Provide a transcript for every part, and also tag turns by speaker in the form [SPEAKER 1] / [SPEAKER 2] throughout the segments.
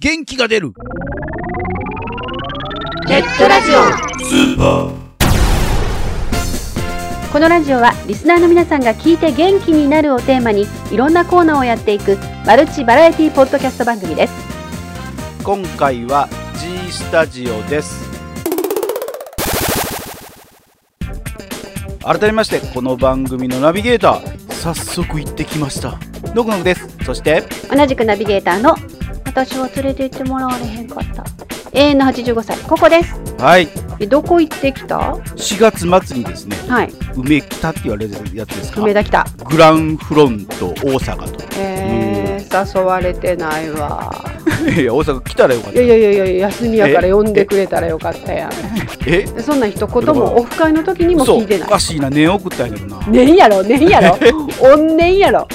[SPEAKER 1] 元気が出る
[SPEAKER 2] ネットラジオこのラジオはリスナーの皆さんが聞いて元気になるをテーマにいろんなコーナーをやっていくマルチバラエティポッドキャスト番組です
[SPEAKER 3] 今回は G スタジオです改めましてこの番組のナビゲーター早速行ってきましたノグノグですそして
[SPEAKER 2] 同じくナビゲーターの私は連れて行ってもらわれへんかった永遠の85歳ここです
[SPEAKER 3] はい
[SPEAKER 2] えどこ行ってきた
[SPEAKER 3] 4月末にですね
[SPEAKER 2] はい
[SPEAKER 3] 梅北って言われるやつですか
[SPEAKER 2] 梅田来た
[SPEAKER 3] グランフロント大阪 と
[SPEAKER 2] えー、誘われてないわ
[SPEAKER 3] いや大阪来たらよかっ
[SPEAKER 2] い
[SPEAKER 3] た
[SPEAKER 2] やいやいやいや休みやから呼んでくれたらよかったやん
[SPEAKER 3] え
[SPEAKER 2] そんな一言もオフ会の時にも
[SPEAKER 3] そう
[SPEAKER 2] 聞
[SPEAKER 3] お
[SPEAKER 2] いてない
[SPEAKER 3] かしいな念送ったんやけどな
[SPEAKER 2] ねんやろねんやろおんねんやろ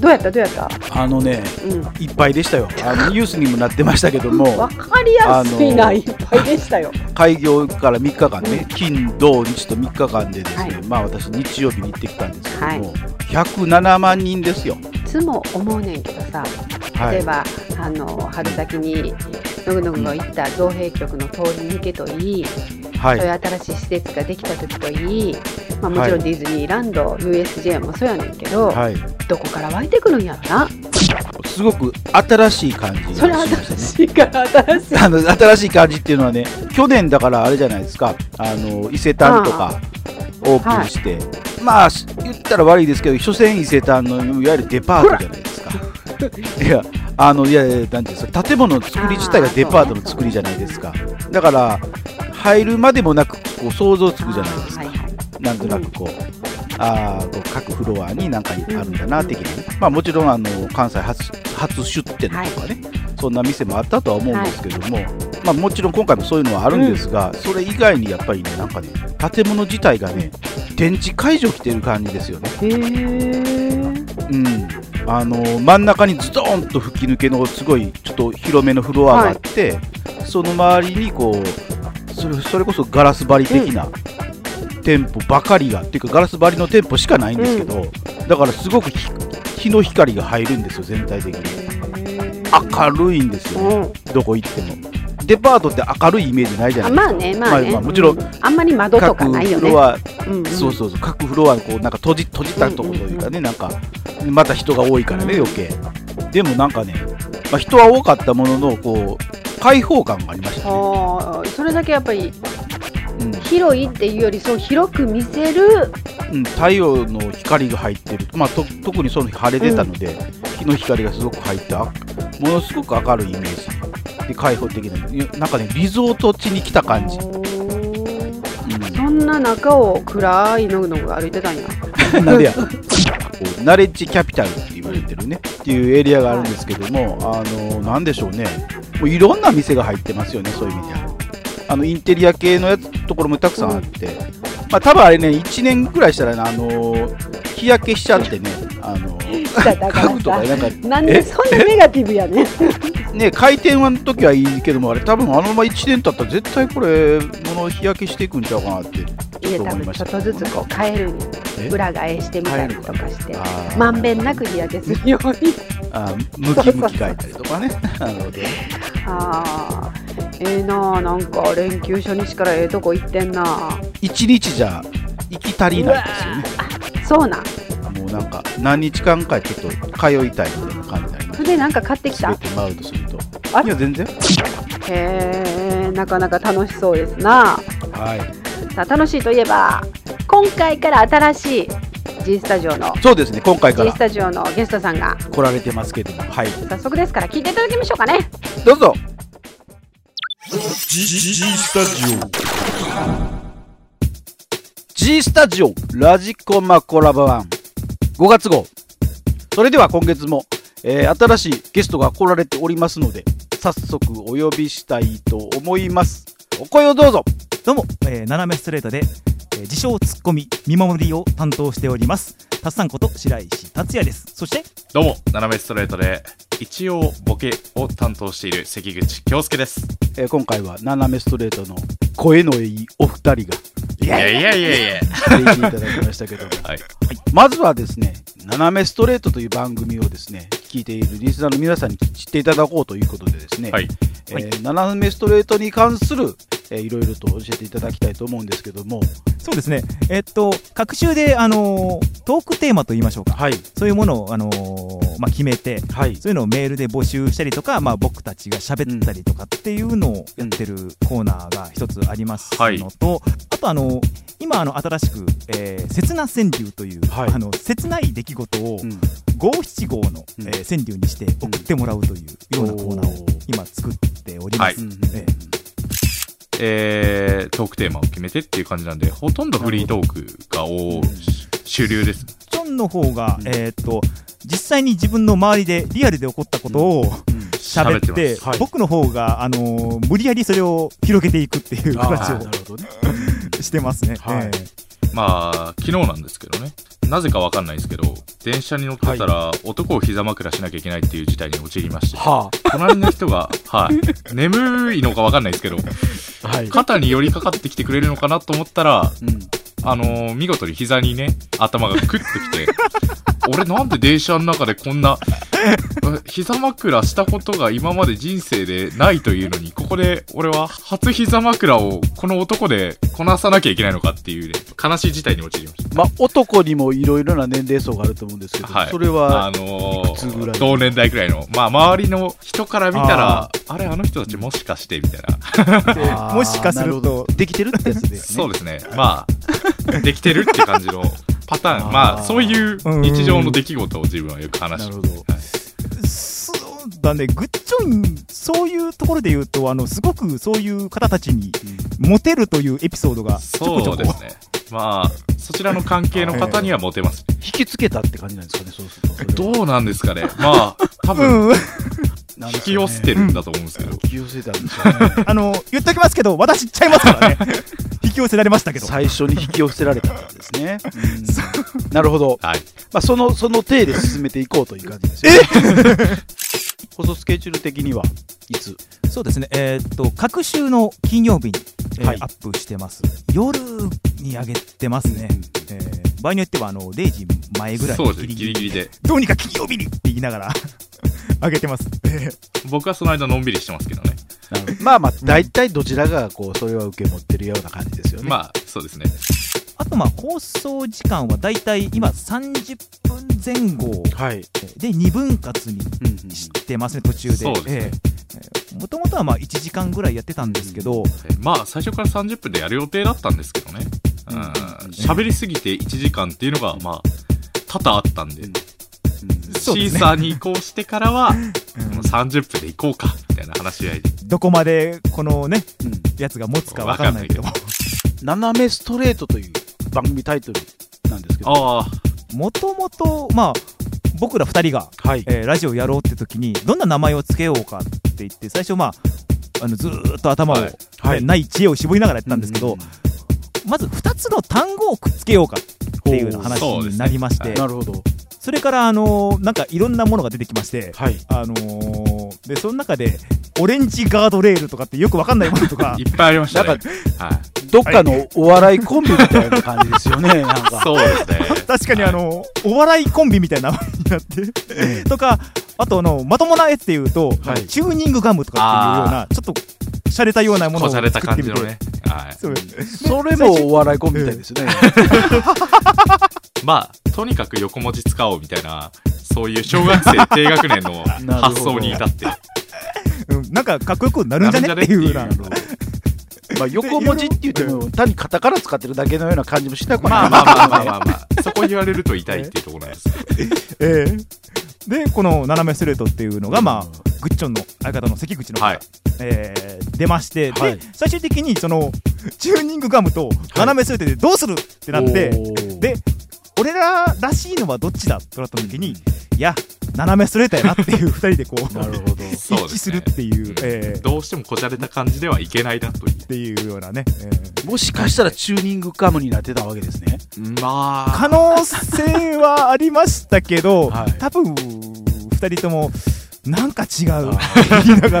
[SPEAKER 2] どうやったどうやった
[SPEAKER 3] あのね
[SPEAKER 2] うん
[SPEAKER 3] いっぱいでしたよあのニュースにもなってましたけども
[SPEAKER 2] わかりやすいな、
[SPEAKER 3] あの
[SPEAKER 2] いっぱいでしたよ。
[SPEAKER 3] 開業から3日間ね、金、土、日と3日間でですね、
[SPEAKER 2] はい
[SPEAKER 3] まあ私、日曜日に行ってきたんですけども、107万人ですよ。
[SPEAKER 2] いつも思うねんけどさ、
[SPEAKER 3] は
[SPEAKER 2] 例え
[SPEAKER 3] い、
[SPEAKER 2] ば、あの春先にのぐのぐの行った造幣局の通り抜けといい、
[SPEAKER 3] は
[SPEAKER 2] そうい
[SPEAKER 3] い、
[SPEAKER 2] う新しい施設ができた時といい、まあ、もちろ
[SPEAKER 3] は
[SPEAKER 2] ん
[SPEAKER 3] い
[SPEAKER 2] ディズニーランド、USJ もそうやねんけど、
[SPEAKER 3] はい、
[SPEAKER 2] どこから湧いてくるんやろな。
[SPEAKER 3] すごく新しい感じがし
[SPEAKER 2] それ
[SPEAKER 3] ま
[SPEAKER 2] 新
[SPEAKER 3] したね。
[SPEAKER 2] しいから新しい。
[SPEAKER 3] あの新しい感じっていうのはね、去年だからあれじゃないですか、あの伊勢丹とかオープンして、まあし言ったら悪いですけど、所詮伊勢丹のいわゆるデパートじゃないですか。いや、あのいやいや、なんていうんですか、建物の作り自体がデパートの作りじゃないですか。だから入るまでもなくこう想像つくじゃないですか。
[SPEAKER 2] あーはいはい
[SPEAKER 3] なんとなくこう、あーこう各フロアに何かあるんだな的なね、まあ、もちろんあの関西初初出店とかね、そんな店もあったとは思うんですけども、まあ、もちろん今回もそういうのはあるんですが、それ以外にやっぱりねなんかね建物自体がね電池解除来てる感じですよね。
[SPEAKER 2] へー
[SPEAKER 3] うんあの真ん中にズドーンと吹き抜けのすごいちょっと広めのフロアがあって、その周りにこうそれそれこそガラス張り的な店舗ばかりが、っていうかガラス張りの店舗しかないんですけど、だからすごくひ日の光が入るんですよ全体的に明るいんですよね、
[SPEAKER 2] うん
[SPEAKER 3] どこ行ってもデパートって明るいイメージないじゃな
[SPEAKER 2] あ
[SPEAKER 3] いです
[SPEAKER 2] ま
[SPEAKER 3] か、
[SPEAKER 2] あね
[SPEAKER 3] まあ
[SPEAKER 2] まあね、
[SPEAKER 3] まあもちろん
[SPEAKER 2] うあんまり窓とか
[SPEAKER 3] 各
[SPEAKER 2] ないよ
[SPEAKER 3] フ
[SPEAKER 2] ね
[SPEAKER 3] ロア
[SPEAKER 2] うんうん
[SPEAKER 3] そうそうそう各フロアのこうなんか閉じ閉じたところというかね、なんかまた人が多いからね余計でもなんかね、まあ、人は多かったもののこう開放感がありましたね、
[SPEAKER 2] あーそれだけやっぱり
[SPEAKER 3] うん
[SPEAKER 2] 広いっていうよりそう広く見せる
[SPEAKER 3] うん太陽の光が入ってる、まあ、と特にその日晴れてたので、日の光がすごく入ったものすごく明るいイメージで開放的ななんかねリゾート地に来た感じ、うん
[SPEAKER 2] そんな中を暗いのぐのぐ歩いてたんや
[SPEAKER 3] なんでやこうナレッジキャピタルって言われてるねっていうエリアがあるんですけども、あのなんでしょうねもういろんな店が入ってますよねそういう意味ではあのインテリア系のやつところもたくさんあって、まあ多分あれね1年ぐらいしたらねあの日焼けしちゃってねあの
[SPEAKER 2] だから
[SPEAKER 3] 家具とかなんか
[SPEAKER 2] なんでそんなネガティブやねん
[SPEAKER 3] ね回転はの時はいいけどもあれ多分あのまま1年経ったら絶対これ物日焼けしていくんちゃうかなって
[SPEAKER 2] いや多分ちょっとずつこう変えるんや
[SPEAKER 3] え
[SPEAKER 2] 裏返してみたりとかして
[SPEAKER 3] あー
[SPEAKER 2] まんべんなく日焼けするように
[SPEAKER 3] あムキムキ変えたりとかね なので
[SPEAKER 2] あーええなあなんか連休初日からええとこ行ってんな
[SPEAKER 3] 1日じゃ行き足りないですよね
[SPEAKER 2] そうなん
[SPEAKER 3] もうなんか何日間かちょっと通いたいみたいな感じになりま
[SPEAKER 2] それ
[SPEAKER 3] し
[SPEAKER 2] でなんか買ってき
[SPEAKER 3] た
[SPEAKER 2] た
[SPEAKER 3] 滑ってまうとすると
[SPEAKER 2] あ
[SPEAKER 3] いや全然
[SPEAKER 2] へえなかなか楽しそうですな
[SPEAKER 3] はい
[SPEAKER 2] さあ楽しいといえば今回から新しい G スタジオの
[SPEAKER 3] そうですね今回か
[SPEAKER 2] G
[SPEAKER 3] ら
[SPEAKER 2] スタジオのゲストさんが
[SPEAKER 3] 来られてますけどもはい
[SPEAKER 2] 早速ですから聞いていただきましょうかね
[SPEAKER 3] どうぞ G, スタジオ G スタジオラジコマコラボ版5月号それでは今月も、えー新しいゲストが来られておりますので早速お呼びしたいと思いますお声をどうぞ
[SPEAKER 4] どうも、えー、斜めストレートで、えー、自称ツッコミ見守りを担当しておりますたっさんこと白石達也ですそして
[SPEAKER 5] どうも、斜めストレートで、一応ボケを担当している関口京介です。
[SPEAKER 3] えー今回は斜めストレートの声のいいお二人が
[SPEAKER 5] いやいやいやいや。
[SPEAKER 3] 来ていただきましたけども
[SPEAKER 5] はい。
[SPEAKER 3] まずはですね斜めストレートという番組をですね聞いているリスナーの皆さんに知っていただこうということでですね、
[SPEAKER 5] はい。
[SPEAKER 3] えー斜めストレートに関する、えーいろいろと教えていただきたいと思うんですけども、
[SPEAKER 4] そうですね、えっと、各週で、あのートークテーマといいましょうか、
[SPEAKER 3] はい、
[SPEAKER 4] そういうものを、あのーまあ、決めて、
[SPEAKER 3] はい、
[SPEAKER 4] そういうのをメールで募集したりとか、まあ、僕たちが喋ったりとかっていうのをやってるコーナーが一つあります
[SPEAKER 5] はい
[SPEAKER 4] のと、あとあの今あの新しく「えー切な川柳」という、
[SPEAKER 3] はい
[SPEAKER 4] あの切ない出来事を
[SPEAKER 3] うん
[SPEAKER 4] 五七五の、
[SPEAKER 3] うん
[SPEAKER 4] えー川柳にして送ってもらうというようなコーナーを今作っております。
[SPEAKER 5] はい
[SPEAKER 4] え
[SPEAKER 5] えー、トークテーマを決めてっていう感じなんで、ほとんどフリートークが
[SPEAKER 3] う
[SPEAKER 5] お
[SPEAKER 3] ん
[SPEAKER 5] 主流です。
[SPEAKER 4] ジョンの方が、
[SPEAKER 3] うん
[SPEAKER 4] えーっと実際に自分の周りでリアルで起こったことを
[SPEAKER 3] うん
[SPEAKER 4] 喋って
[SPEAKER 5] 喋っ
[SPEAKER 3] ま
[SPEAKER 5] て
[SPEAKER 3] すはい
[SPEAKER 4] 僕の方が、あのー無理やりそれを広げていくっていう
[SPEAKER 3] あ
[SPEAKER 4] 形
[SPEAKER 3] ー
[SPEAKER 4] を
[SPEAKER 3] なるほどね。
[SPEAKER 4] してますね。
[SPEAKER 3] はい
[SPEAKER 4] えー
[SPEAKER 5] まあ、昨日なんですけどね。なぜかわかんないですけど、電車に乗ってたら、男を膝枕しなきゃいけないっていう事態に陥りまして、
[SPEAKER 3] は
[SPEAKER 5] 隣の人が、はい、眠いのかわかんないですけど、
[SPEAKER 3] あ、はい。
[SPEAKER 5] 肩に寄りかかってきてくれるのかなと思ったら、
[SPEAKER 3] うん、
[SPEAKER 5] あのー見事に膝にね、頭がクッときて、 俺なんで電車の中でこんな、え膝枕したことが今まで人生でないというのに、ここで俺は初膝枕をこの男でこなさなきゃいけないのかっていうね、悲しい事態に陥りました。
[SPEAKER 3] まあ、男にもいろいろな年齢層があると思うんですけど、
[SPEAKER 5] はい
[SPEAKER 3] それ
[SPEAKER 5] あ
[SPEAKER 3] は、
[SPEAKER 5] の
[SPEAKER 3] いくつぐらい
[SPEAKER 5] ー、同年代くらいの、まあ周りの人から見たら、あれあの人たちもしかしてみたいな、
[SPEAKER 3] あー
[SPEAKER 4] もしかすると
[SPEAKER 3] なほどできてるってやつ ですね。
[SPEAKER 5] そうですね、まあ、 できてるって感じのパターン、ま
[SPEAKER 3] あー
[SPEAKER 5] あそういう日常の出来事を自分はよく話
[SPEAKER 3] な
[SPEAKER 5] して
[SPEAKER 3] る
[SPEAKER 5] ま
[SPEAKER 3] ほ
[SPEAKER 5] す
[SPEAKER 3] ど。
[SPEAKER 4] そうだね、グッチョイン、そういうところで言うと、あのすごくそういう方たちにモテるというエピソードがちょこちょ
[SPEAKER 5] そ
[SPEAKER 4] こ
[SPEAKER 5] うですね。まあ、そちらの関係の方にはモテます。
[SPEAKER 3] 引きつけたって感じなんですかね、そうするとそれは。
[SPEAKER 5] どうなんですかね。まあ、多分、
[SPEAKER 4] うん、
[SPEAKER 3] なんですか
[SPEAKER 5] 引
[SPEAKER 3] ね
[SPEAKER 5] き寄せてるんだと思うんですけど。
[SPEAKER 3] 引き寄せたんですよね。
[SPEAKER 4] あの言っときますけど、私、ちゃいますか らね、引き寄せられましたけど、
[SPEAKER 3] 最初に引き寄せられたからですね。うんなるほど。
[SPEAKER 5] はい。
[SPEAKER 3] まあ、その、その体で進めていこうという感じですよね。え放送スケジュール的にはいつ
[SPEAKER 4] そうですね、えーっと、各週の金曜日に、えー
[SPEAKER 3] はい
[SPEAKER 4] アップしてます、夜に上げてますね、えー場合によってはあの0時前ぐらい
[SPEAKER 5] そうですね。ギリギリで。
[SPEAKER 4] どうにか金曜日にって言いながら 上げてます。えー
[SPEAKER 5] 僕はその間のんびりしてますけどね。
[SPEAKER 3] なるほどまあまあ、大体どちらが、こう、それは受け持ってるような感じですよね。
[SPEAKER 5] まあ、そうですね。
[SPEAKER 4] あとまあ放送時間はだいたい今30分前後
[SPEAKER 3] はい。
[SPEAKER 4] で2分割に
[SPEAKER 3] うんうん
[SPEAKER 4] してますね途中で
[SPEAKER 5] そうですね
[SPEAKER 4] もともとはまあ1時間ぐらいやってたんですけど、
[SPEAKER 5] えまあ、最初から30分でやる予定だったんですけどね。うん。喋りすぎて1時間っていうのが、まあ、多々あったんで。シ
[SPEAKER 4] そうで
[SPEAKER 5] ー
[SPEAKER 4] すね
[SPEAKER 5] サーに移行してからは、
[SPEAKER 4] うん
[SPEAKER 5] この30分で行こうか、みたいな話し合いで。
[SPEAKER 4] どこまでこのね
[SPEAKER 3] うんうん
[SPEAKER 4] やつが持つかわかんないけども
[SPEAKER 5] わ
[SPEAKER 3] 斜めストレートという番組タイトルなんですけど、
[SPEAKER 5] ああ、
[SPEAKER 4] もともとまあ僕ら2人が、
[SPEAKER 3] はい。
[SPEAKER 4] えーラジオやろうって時にどんな名前をつけようかって言って最初まああのずーっと頭を、
[SPEAKER 5] はい
[SPEAKER 3] はい
[SPEAKER 4] えーない知恵を絞りながらやってたんですけど、まず2つの単語をくっつけようかっていうような話
[SPEAKER 5] おーそうです
[SPEAKER 4] に
[SPEAKER 5] ね
[SPEAKER 4] なりまして、
[SPEAKER 3] なるほど。
[SPEAKER 4] それから、あのーなんかいろんなものが出てきまして、
[SPEAKER 3] はい。
[SPEAKER 4] あのーでその中でオレンジガードレールとかってよくわかんないものと か
[SPEAKER 5] いっぱいありました
[SPEAKER 3] なん
[SPEAKER 5] ね。はい。
[SPEAKER 3] どっかのお笑いコンビみたいな感じですよね、なんか。
[SPEAKER 5] そうです ね。
[SPEAKER 4] 確かに、あのーお笑いコンビみたいな名前になってとかあとあのまともなやつで言うと、
[SPEAKER 3] はい
[SPEAKER 4] チューニングガムとかっていうようなちょっと洒落たようなもの
[SPEAKER 5] こ
[SPEAKER 4] を
[SPEAKER 5] じゃ
[SPEAKER 4] 作
[SPEAKER 5] れた
[SPEAKER 4] っ
[SPEAKER 5] 感
[SPEAKER 4] て
[SPEAKER 5] じ
[SPEAKER 4] み
[SPEAKER 5] の
[SPEAKER 4] て、
[SPEAKER 5] ね。はい。
[SPEAKER 4] そう
[SPEAKER 3] それもお笑いコンビみたいですね。
[SPEAKER 5] まあ、とにかく横文字使おうみたいな、そういう小学生低学年の
[SPEAKER 3] なるほど
[SPEAKER 5] 発想に至って、
[SPEAKER 4] うんなんかかっこよくなるんじゃねっていうよう
[SPEAKER 5] な
[SPEAKER 4] な
[SPEAKER 5] る
[SPEAKER 3] なるほどまあ、横文字って言っても、単にカタカナ使ってるだけのような感じもしなくは
[SPEAKER 5] ま
[SPEAKER 3] な
[SPEAKER 5] あ
[SPEAKER 3] い。
[SPEAKER 5] まあまあまあまあまあ、そこ言われると痛いっていうところなんですけど
[SPEAKER 4] ええでこの「斜めストレート」っていうのが、まあ、グッチョンの相方の関口の方が、
[SPEAKER 5] はい
[SPEAKER 4] えー出まして、
[SPEAKER 3] はい
[SPEAKER 4] で最終的にそのチューニングガムと斜めストレートでどうするってなって、
[SPEAKER 3] おー
[SPEAKER 4] で俺ららしいのはどっちだってなった時に、いや斜めストレートやなっていう二人でこう
[SPEAKER 3] なるほど。
[SPEAKER 5] そう
[SPEAKER 4] 一致
[SPEAKER 5] で
[SPEAKER 4] す
[SPEAKER 5] す
[SPEAKER 4] る
[SPEAKER 5] ね
[SPEAKER 4] っていう、えーっ
[SPEAKER 5] どうしてもこじゃれた感じではいけないなとい
[SPEAKER 4] ていうようなね、えー
[SPEAKER 3] もしかしたらチューニングカムになってたわけですね。
[SPEAKER 5] う。まあ、
[SPEAKER 4] 可能性はありましたけど、
[SPEAKER 3] はい
[SPEAKER 4] 多分二人ともなんか違うって言いながら。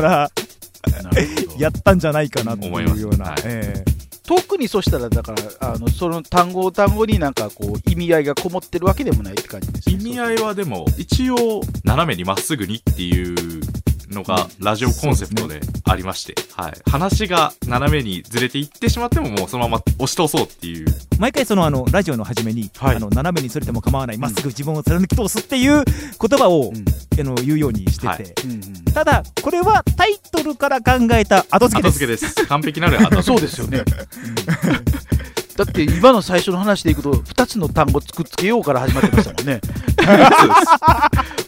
[SPEAKER 3] なるほど
[SPEAKER 4] やったんじゃないかなって
[SPEAKER 5] 思いま
[SPEAKER 4] いう
[SPEAKER 5] す
[SPEAKER 4] ような、
[SPEAKER 5] はい
[SPEAKER 4] え
[SPEAKER 3] 特にそしたらだからあのその単語単語になんかこう意味合いがこもってるわけでもないって感じですね
[SPEAKER 5] 意味合いはでも一応斜めにまっすぐにっていうのがラジオコンセプトでありまして、はい、話が斜めにずれていってしまってももうそのまま押し通そうっていう
[SPEAKER 4] 毎回そのあのラジオの初めに、
[SPEAKER 3] はい
[SPEAKER 4] あの斜めにそれても構わないまっすぐ自分を貫き通すっていう言葉を、
[SPEAKER 3] うん
[SPEAKER 4] あの言うようにしてて、
[SPEAKER 5] はい
[SPEAKER 3] うんうん
[SPEAKER 4] ただこれはタイトルから考えた後付け
[SPEAKER 5] 後
[SPEAKER 4] です
[SPEAKER 5] 付けです完璧なる後付け
[SPEAKER 3] そうですよね。だって今の最初の話でいくと2つの単語くっつけようから始まってましたもん ね。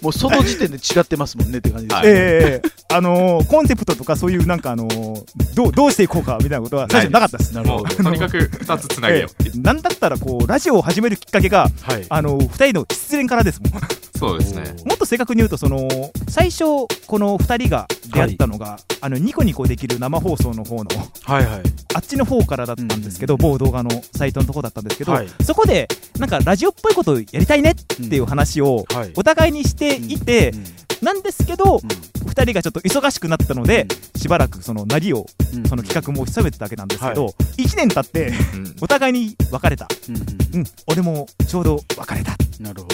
[SPEAKER 3] もうその時点で違ってますもんねって感じです、
[SPEAKER 5] はい
[SPEAKER 4] ええあのーコンセプトとかそういうなんかあのーどうどうしていこうかみたいなことは最初なかったです
[SPEAKER 3] なる
[SPEAKER 5] も
[SPEAKER 3] ほ
[SPEAKER 5] う
[SPEAKER 3] ど。
[SPEAKER 5] とにかく2つつなげようって
[SPEAKER 4] ええなんだったらこうラジオを始めるきっかけが
[SPEAKER 3] はい。
[SPEAKER 4] あのー二人の失恋からですもん
[SPEAKER 5] そうですね
[SPEAKER 4] もっと正確に言うとその最初この二人が出会ったのが、あのニコニコできる生放送の方の
[SPEAKER 3] はいはい。
[SPEAKER 4] あっちの方からだったんですけど、
[SPEAKER 3] うん
[SPEAKER 4] 某動画のサイトのとこだったんですけど、
[SPEAKER 3] はい
[SPEAKER 4] そこでなんかラジオっぽいことをやりたいねっていう話を
[SPEAKER 3] うんはい
[SPEAKER 4] お互いにしていて、
[SPEAKER 3] うん
[SPEAKER 4] なんですけど、2人がちょっと忙しくなったので、しばらくそのなりを
[SPEAKER 3] うん
[SPEAKER 4] その企画も潜めてたわけなんですけど、1年経 って
[SPEAKER 5] うん
[SPEAKER 4] お互いに別れた、
[SPEAKER 3] うんうん
[SPEAKER 4] うん、俺もちょうど別れた
[SPEAKER 3] なるほ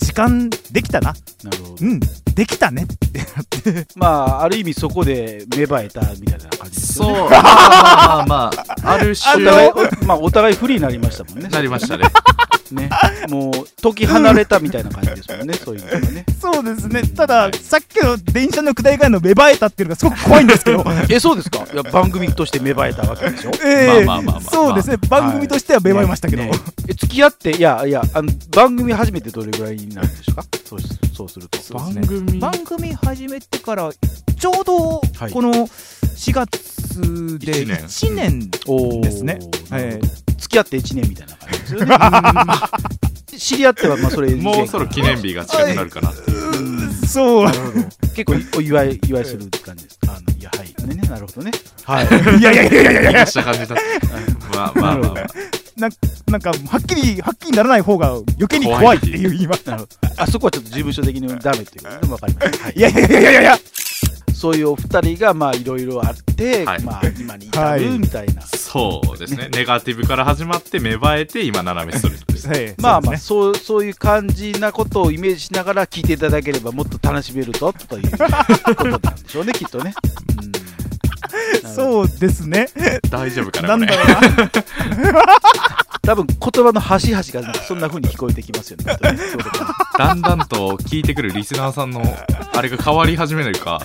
[SPEAKER 4] 時間できたな
[SPEAKER 3] ど。なるほ
[SPEAKER 4] う
[SPEAKER 3] ど。
[SPEAKER 4] んできたねってなって
[SPEAKER 3] まあある意味そこで芽生えたみたいな感じですよ
[SPEAKER 5] そう
[SPEAKER 3] ね。
[SPEAKER 5] まあまあまあまあある
[SPEAKER 3] お
[SPEAKER 5] 種
[SPEAKER 3] 互いおまあお互い不利になりましたもんね。
[SPEAKER 5] なりましたね
[SPEAKER 3] ね。もう解き離れたみたいな感じですもんね。そういうのがね。
[SPEAKER 4] そうですね
[SPEAKER 3] ただ
[SPEAKER 4] さっきの電車の下りからの芽生えたっていうのがすごく怖いんですけど
[SPEAKER 3] えそうですか。いや番組として芽生えたわけでしょ。
[SPEAKER 4] ええ
[SPEAKER 5] まあまあまあまあ
[SPEAKER 4] そうですね番組としては芽生えましたけど、
[SPEAKER 3] ねねえ付き合っていやいやあの番組始めてどれぐらいになるんですかそうしそうすると
[SPEAKER 4] うです
[SPEAKER 5] 番
[SPEAKER 4] ね
[SPEAKER 5] 組
[SPEAKER 4] 番組始めてからちょうど
[SPEAKER 3] はい
[SPEAKER 4] この4月で
[SPEAKER 5] 一年
[SPEAKER 4] 1年
[SPEAKER 3] おー
[SPEAKER 4] ですね
[SPEAKER 3] なるほど
[SPEAKER 4] え
[SPEAKER 3] 付き合って1年みたいな感じですよね知り合ってはまあそれ以前から
[SPEAKER 5] もうそろ記念日が近くなるかな
[SPEAKER 4] そう
[SPEAKER 3] なるほど結構いお祝い祝いするって感じですかあのいやはいねねなるほどねはい
[SPEAKER 4] いやいやいやいやいや
[SPEAKER 5] 言いました感じだまあまあまあまあ
[SPEAKER 4] ななんかはっきりはっきりならない方が余計に怖いっていう言います
[SPEAKER 3] なるほどあそこはちょっと事務所的にダメっていうことでも分かります、はい
[SPEAKER 4] いやいやいやいやいやいや
[SPEAKER 3] そういうお二人がまあいろいろあって、
[SPEAKER 5] はい
[SPEAKER 3] まあ今に至るみたいな、
[SPEAKER 5] そうですねネガティブから始まって芽生えて今斜めストレート です
[SPEAKER 4] ええ
[SPEAKER 3] まあまあ
[SPEAKER 4] そ
[SPEAKER 3] そう,、そういう感じなことをイメージしながら聞いていただければもっと楽しめるぞということなんでし ょうねきっとね。
[SPEAKER 4] うですねそうですね
[SPEAKER 5] 大丈夫かな
[SPEAKER 4] な
[SPEAKER 5] こ
[SPEAKER 4] ん
[SPEAKER 5] れ
[SPEAKER 4] だろうな
[SPEAKER 3] 多分言葉の端々がなんかそんな風に聞こえてきますよね。きっとねそういうことは
[SPEAKER 5] だんだんと聞いてくるリスナーさんのあれが変わり始めるか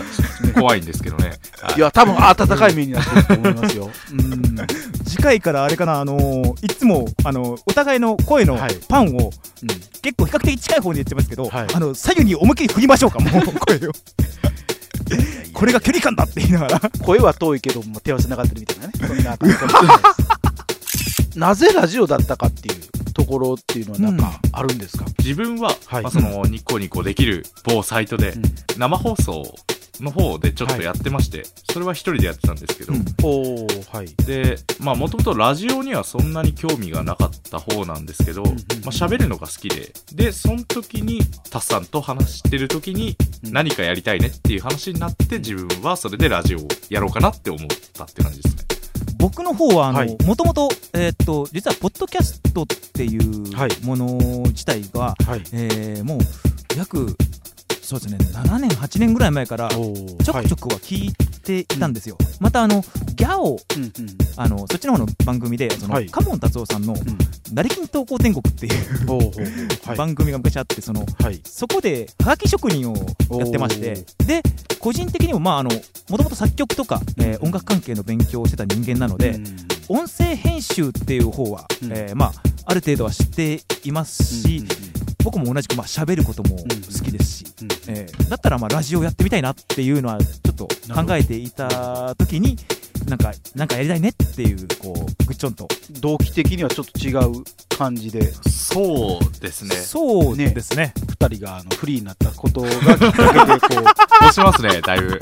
[SPEAKER 5] 怖いんですけどね
[SPEAKER 3] いや多分温かい目になってると思いますよ。うん
[SPEAKER 4] 次回からあれかなあのーいつもあのーお互いの声の
[SPEAKER 3] はい
[SPEAKER 4] パンを結構比較的近い方に言ってますけど、
[SPEAKER 3] はい
[SPEAKER 4] あの左右に思いっきり振りましょう かもう声をこれが距離感だって言いながら
[SPEAKER 3] 声は遠いけども手は繋がってるみたいなね。そんな感じかもしれないですなぜラジオだったかっていうところっていうのはなんかあるんですか、
[SPEAKER 5] 自分は、
[SPEAKER 3] はい
[SPEAKER 5] まあ、そのニコニコできる某サイトで
[SPEAKER 3] うん
[SPEAKER 5] 生放送の方でちょっとやってまして、それは一人でやってたんですけど、
[SPEAKER 4] うん
[SPEAKER 3] おーはい。
[SPEAKER 5] でまあもともとラジオにはそんなに興味がなかった方なんですけど、
[SPEAKER 3] ん
[SPEAKER 5] まあ喋るのが好きででその時にタスさんと話してる時に
[SPEAKER 3] うん
[SPEAKER 5] 何かやりたいねっていう話になって自分はそれでラジオをやろうかなって思ったって感じですね
[SPEAKER 4] 僕の方はあの、
[SPEAKER 3] はい
[SPEAKER 4] もともと,、えーっと実はポッドキャストっていう
[SPEAKER 3] はい
[SPEAKER 4] もの自体が、
[SPEAKER 3] はい。
[SPEAKER 4] えーもう約そうですね7年8年ぐらい前からちょ
[SPEAKER 3] おー
[SPEAKER 4] くちょくは聞いていたんですよ、またあのギャオ
[SPEAKER 3] はいうんうん
[SPEAKER 4] あのそっちの方の番組でその、
[SPEAKER 3] はい
[SPEAKER 4] カモン達夫さんの
[SPEAKER 3] うん
[SPEAKER 4] 「成金投稿天国」っていう
[SPEAKER 3] ほうほうほうはい
[SPEAKER 4] 番組が昔あってその
[SPEAKER 3] はい。
[SPEAKER 4] そこではがき職人をやってましてで個人的にもまああのもともと作曲とか、えー音楽関係の勉強をしてた人間なので、
[SPEAKER 3] うん
[SPEAKER 4] 音声編集っていう方は、
[SPEAKER 3] うん
[SPEAKER 4] えーまあある程度は知っていますし、
[SPEAKER 3] うん
[SPEAKER 4] 僕も同じくまあ喋ることも好きですし、
[SPEAKER 3] うん
[SPEAKER 4] えーだったらまあラジオやってみたいなっていうのはちょっと考えていた時になんかなんかやりたいねっていうこうぐっちょんと、
[SPEAKER 3] 動機的にはちょっと違う感じで
[SPEAKER 5] そうですね
[SPEAKER 4] そうですね
[SPEAKER 3] 2人があのフリーになったことがきっかけでこ
[SPEAKER 5] 押しますねだいぶ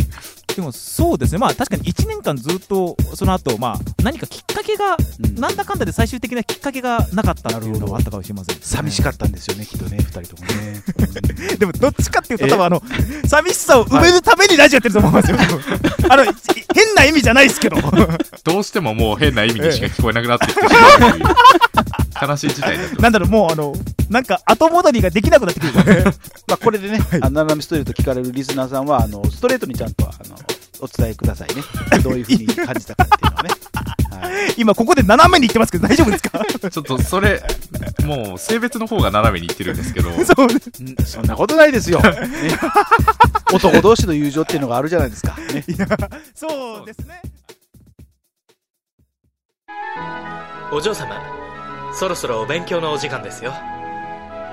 [SPEAKER 4] でもそうですね、まあ確かに1年間ずっとその後、まあ何かきっかけが、
[SPEAKER 3] うん
[SPEAKER 4] なんだかんだで最終的なきっかけがなかったっていうのはあったかもしれません、
[SPEAKER 3] 寂しかったんですよね、きっとね、二人ともね。
[SPEAKER 4] た。 でもどっちかっていうと、多分あの、寂しさを埋めるためにラジオやってると思い ますよ。あの、い変な意味じゃないですけど。
[SPEAKER 5] どうしてももう変な意味にしか聞こえなくなってきてしまうという悲しい事態だと
[SPEAKER 4] なんだろう、もうあの、なんか後戻りができなくなってくる。
[SPEAKER 3] まあ、これでね、あのナナミストレート聞かれるリスナーさんは、あのストレートにちゃんとあのお伝えくださいね。どういうふうに感じたかっていうのはね。はい
[SPEAKER 4] 今ここで斜めに行ってますけど大丈夫ですか
[SPEAKER 5] ちょっとそれもう性別の方が斜めにいってるんですけど
[SPEAKER 4] そ
[SPEAKER 3] う
[SPEAKER 4] う
[SPEAKER 3] んそんなことないですよ。ね男同士の友情っていうのがあるじゃないですか。ね
[SPEAKER 4] いやそうですね。
[SPEAKER 1] お嬢様そろそろお勉強のお時間ですよ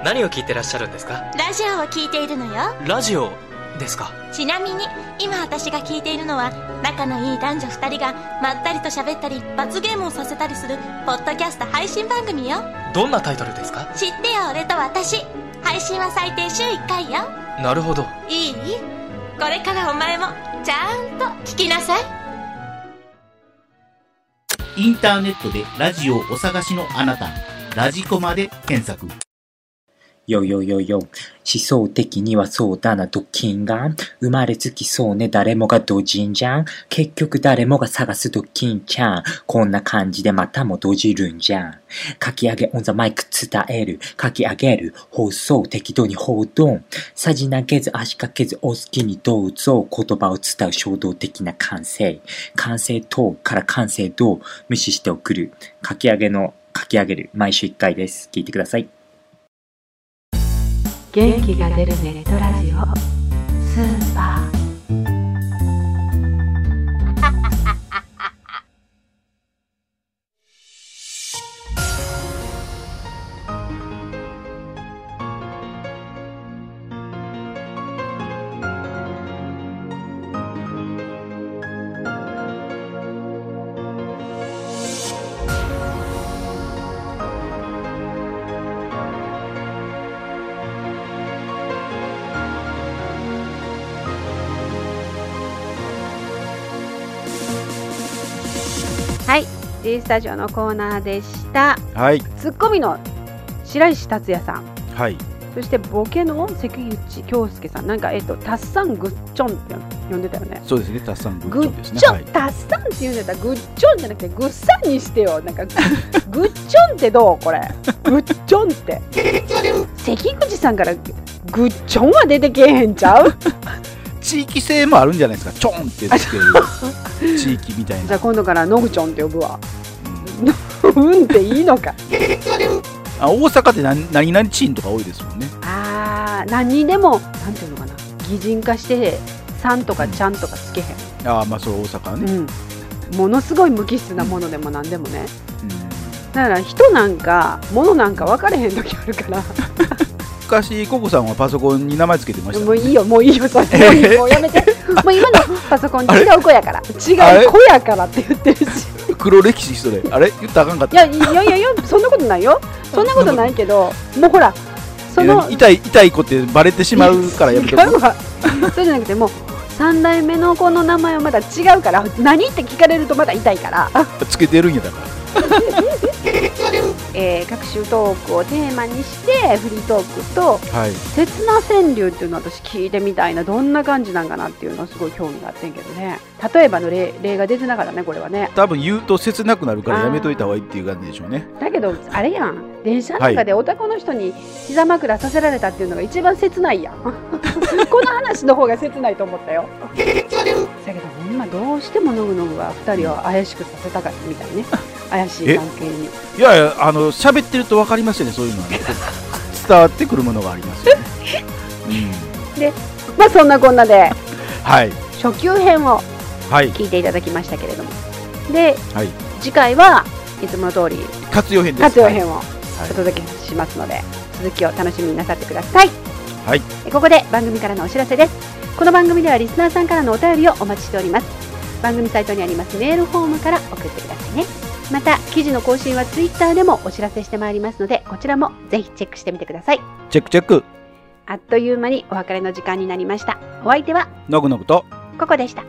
[SPEAKER 1] 何を聞いてらっしゃるんですか
[SPEAKER 6] ラジオを聞いているのよ
[SPEAKER 1] ラジオですか
[SPEAKER 6] ちなみに今私が聞いているのは仲のいい男女2人がまったりと喋ったり罰ゲームをさせたりするポッドキャスト配信番組よ
[SPEAKER 1] どんなタイトルですか
[SPEAKER 6] 知ってよ俺と私配信は最低週1回よ
[SPEAKER 1] なるほど
[SPEAKER 6] いいこれからお前もちゃんと聞きなさい
[SPEAKER 7] インターネットでラジオをお探しのあなた、ラジコマで検索。
[SPEAKER 8] よよよよ。思想的にはそうだな、ドッキンが。生まれつきそうね、誰もがドジンじゃん。結局誰もが探すドッキンちゃん。こんな感じでまたもドジるんじゃん。書き上げオンザマイク伝える。書き上げる。放送適度に報道。さじ投げず足掛けずお好きにどうぞ。言葉を伝う衝動的な感性。感性等から感性等を無視して送る。書き上げの書き上げる。毎週1回です。聞いてください。
[SPEAKER 9] 元気が出るネットラジオスーパー
[SPEAKER 2] はい D スタジオのコーナーでした
[SPEAKER 3] はい。
[SPEAKER 2] ツッコミの白石達也さん
[SPEAKER 3] はい。
[SPEAKER 2] そしてボケの関口京介さんなんかえっとたっさんぐっちょんって呼んでたよね
[SPEAKER 3] そうですね、たっさん、グ
[SPEAKER 2] ぐ
[SPEAKER 3] ッ
[SPEAKER 2] っ
[SPEAKER 3] チョンですね。
[SPEAKER 2] ちょ
[SPEAKER 3] は
[SPEAKER 2] ん
[SPEAKER 3] い
[SPEAKER 2] たっさんって言うんだったらぐっちょんじゃなくてぐっさんにしてよ なんかぐっちょんってどうこれぐっちょんって関口さんからぐっちょんは出てけえへんちゃう
[SPEAKER 3] 地域性もあるんじゃないですか。ちょんってつけ る地域みたい
[SPEAKER 2] じゃ
[SPEAKER 3] な。
[SPEAKER 2] あ今度からのぐちょんって呼ぶわ
[SPEAKER 3] うん
[SPEAKER 2] うんっていいのか
[SPEAKER 3] あ大阪って何何々チーンとか多いですもんね。
[SPEAKER 2] あー何にでもなんていうのかな擬人化してさんとかちゃんとかつけへん
[SPEAKER 3] ああ、まあそう、大阪はね。
[SPEAKER 2] うん、ものすごい無機質なものでも何でもね
[SPEAKER 3] うん
[SPEAKER 2] だから人なんか物なんか分かれへん時あるから
[SPEAKER 3] 昔、ココさんはパソコンに名前つけてました
[SPEAKER 2] も
[SPEAKER 3] も
[SPEAKER 2] うんい
[SPEAKER 3] ね。
[SPEAKER 2] いよもういいよそれもういいもうやめてもう今のパソコン
[SPEAKER 3] あれ
[SPEAKER 2] 違う子やから違う子やからって言ってるし
[SPEAKER 3] 黒歴史それ。あれ言ったらあかんかっ
[SPEAKER 2] い
[SPEAKER 3] た。
[SPEAKER 2] やいやいやいやそんなことないよそんなことないけどもうほらその
[SPEAKER 3] え痛い痛い子ってバレてしまうからやめと
[SPEAKER 2] 違う
[SPEAKER 3] く。
[SPEAKER 2] わそうじゃなくてもう3代目の子の名前はまだ違うから何って聞かれるとまだ痛いから
[SPEAKER 3] つけてるんやだから。
[SPEAKER 2] えー各種トークをテーマにしてフリートークと
[SPEAKER 3] はい。
[SPEAKER 2] 刹那川柳っていうのは私聞いてみたいなどんな感じなんかなっていうのはすごい興味があってんけどね例えばの例例が出てなかったねこれはね
[SPEAKER 3] 多分言うと切なくなるからやめといた方がいいっていう感じでしょうね。
[SPEAKER 2] だけどあれやん電車の中で男の人に膝枕させられたっていうのが一番切ない やんこの話の方が切ないと思ったよだけどほんまどうしてもノグノグは2人を怪しくさせたかったみたいね怪しい関係に
[SPEAKER 3] いやいや、あの、喋ってると分かりますよね、そういうの はね。伝わってくるものがありますよね。うん。
[SPEAKER 2] まあそんなこんなで
[SPEAKER 3] はい。
[SPEAKER 2] 初級編を
[SPEAKER 3] はい。
[SPEAKER 2] 聞いていただきましたけれどもで、
[SPEAKER 3] はい
[SPEAKER 2] 次回はいつもの通り
[SPEAKER 3] 活用編です。
[SPEAKER 2] 活用編を
[SPEAKER 3] はい
[SPEAKER 2] お届けしますので、続きを楽しみになさってください、
[SPEAKER 3] はい
[SPEAKER 2] えここで番組からのお知らせですこの番組ではリスナーさんからのお便りをお待ちしております番組サイトにありますメールフォームから送ってくださいねまた記事の更新はツイッターでもお知らせしてまいりますのでこちらもぜひチェックしてみてください
[SPEAKER 3] チェックチェック。
[SPEAKER 2] あっという間にお別れの時間になりましたお相手は
[SPEAKER 3] のぐのぐと。
[SPEAKER 2] ここでした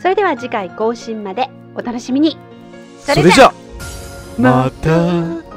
[SPEAKER 6] それでは次回更新までお楽しみに。
[SPEAKER 2] それじゃあ
[SPEAKER 10] また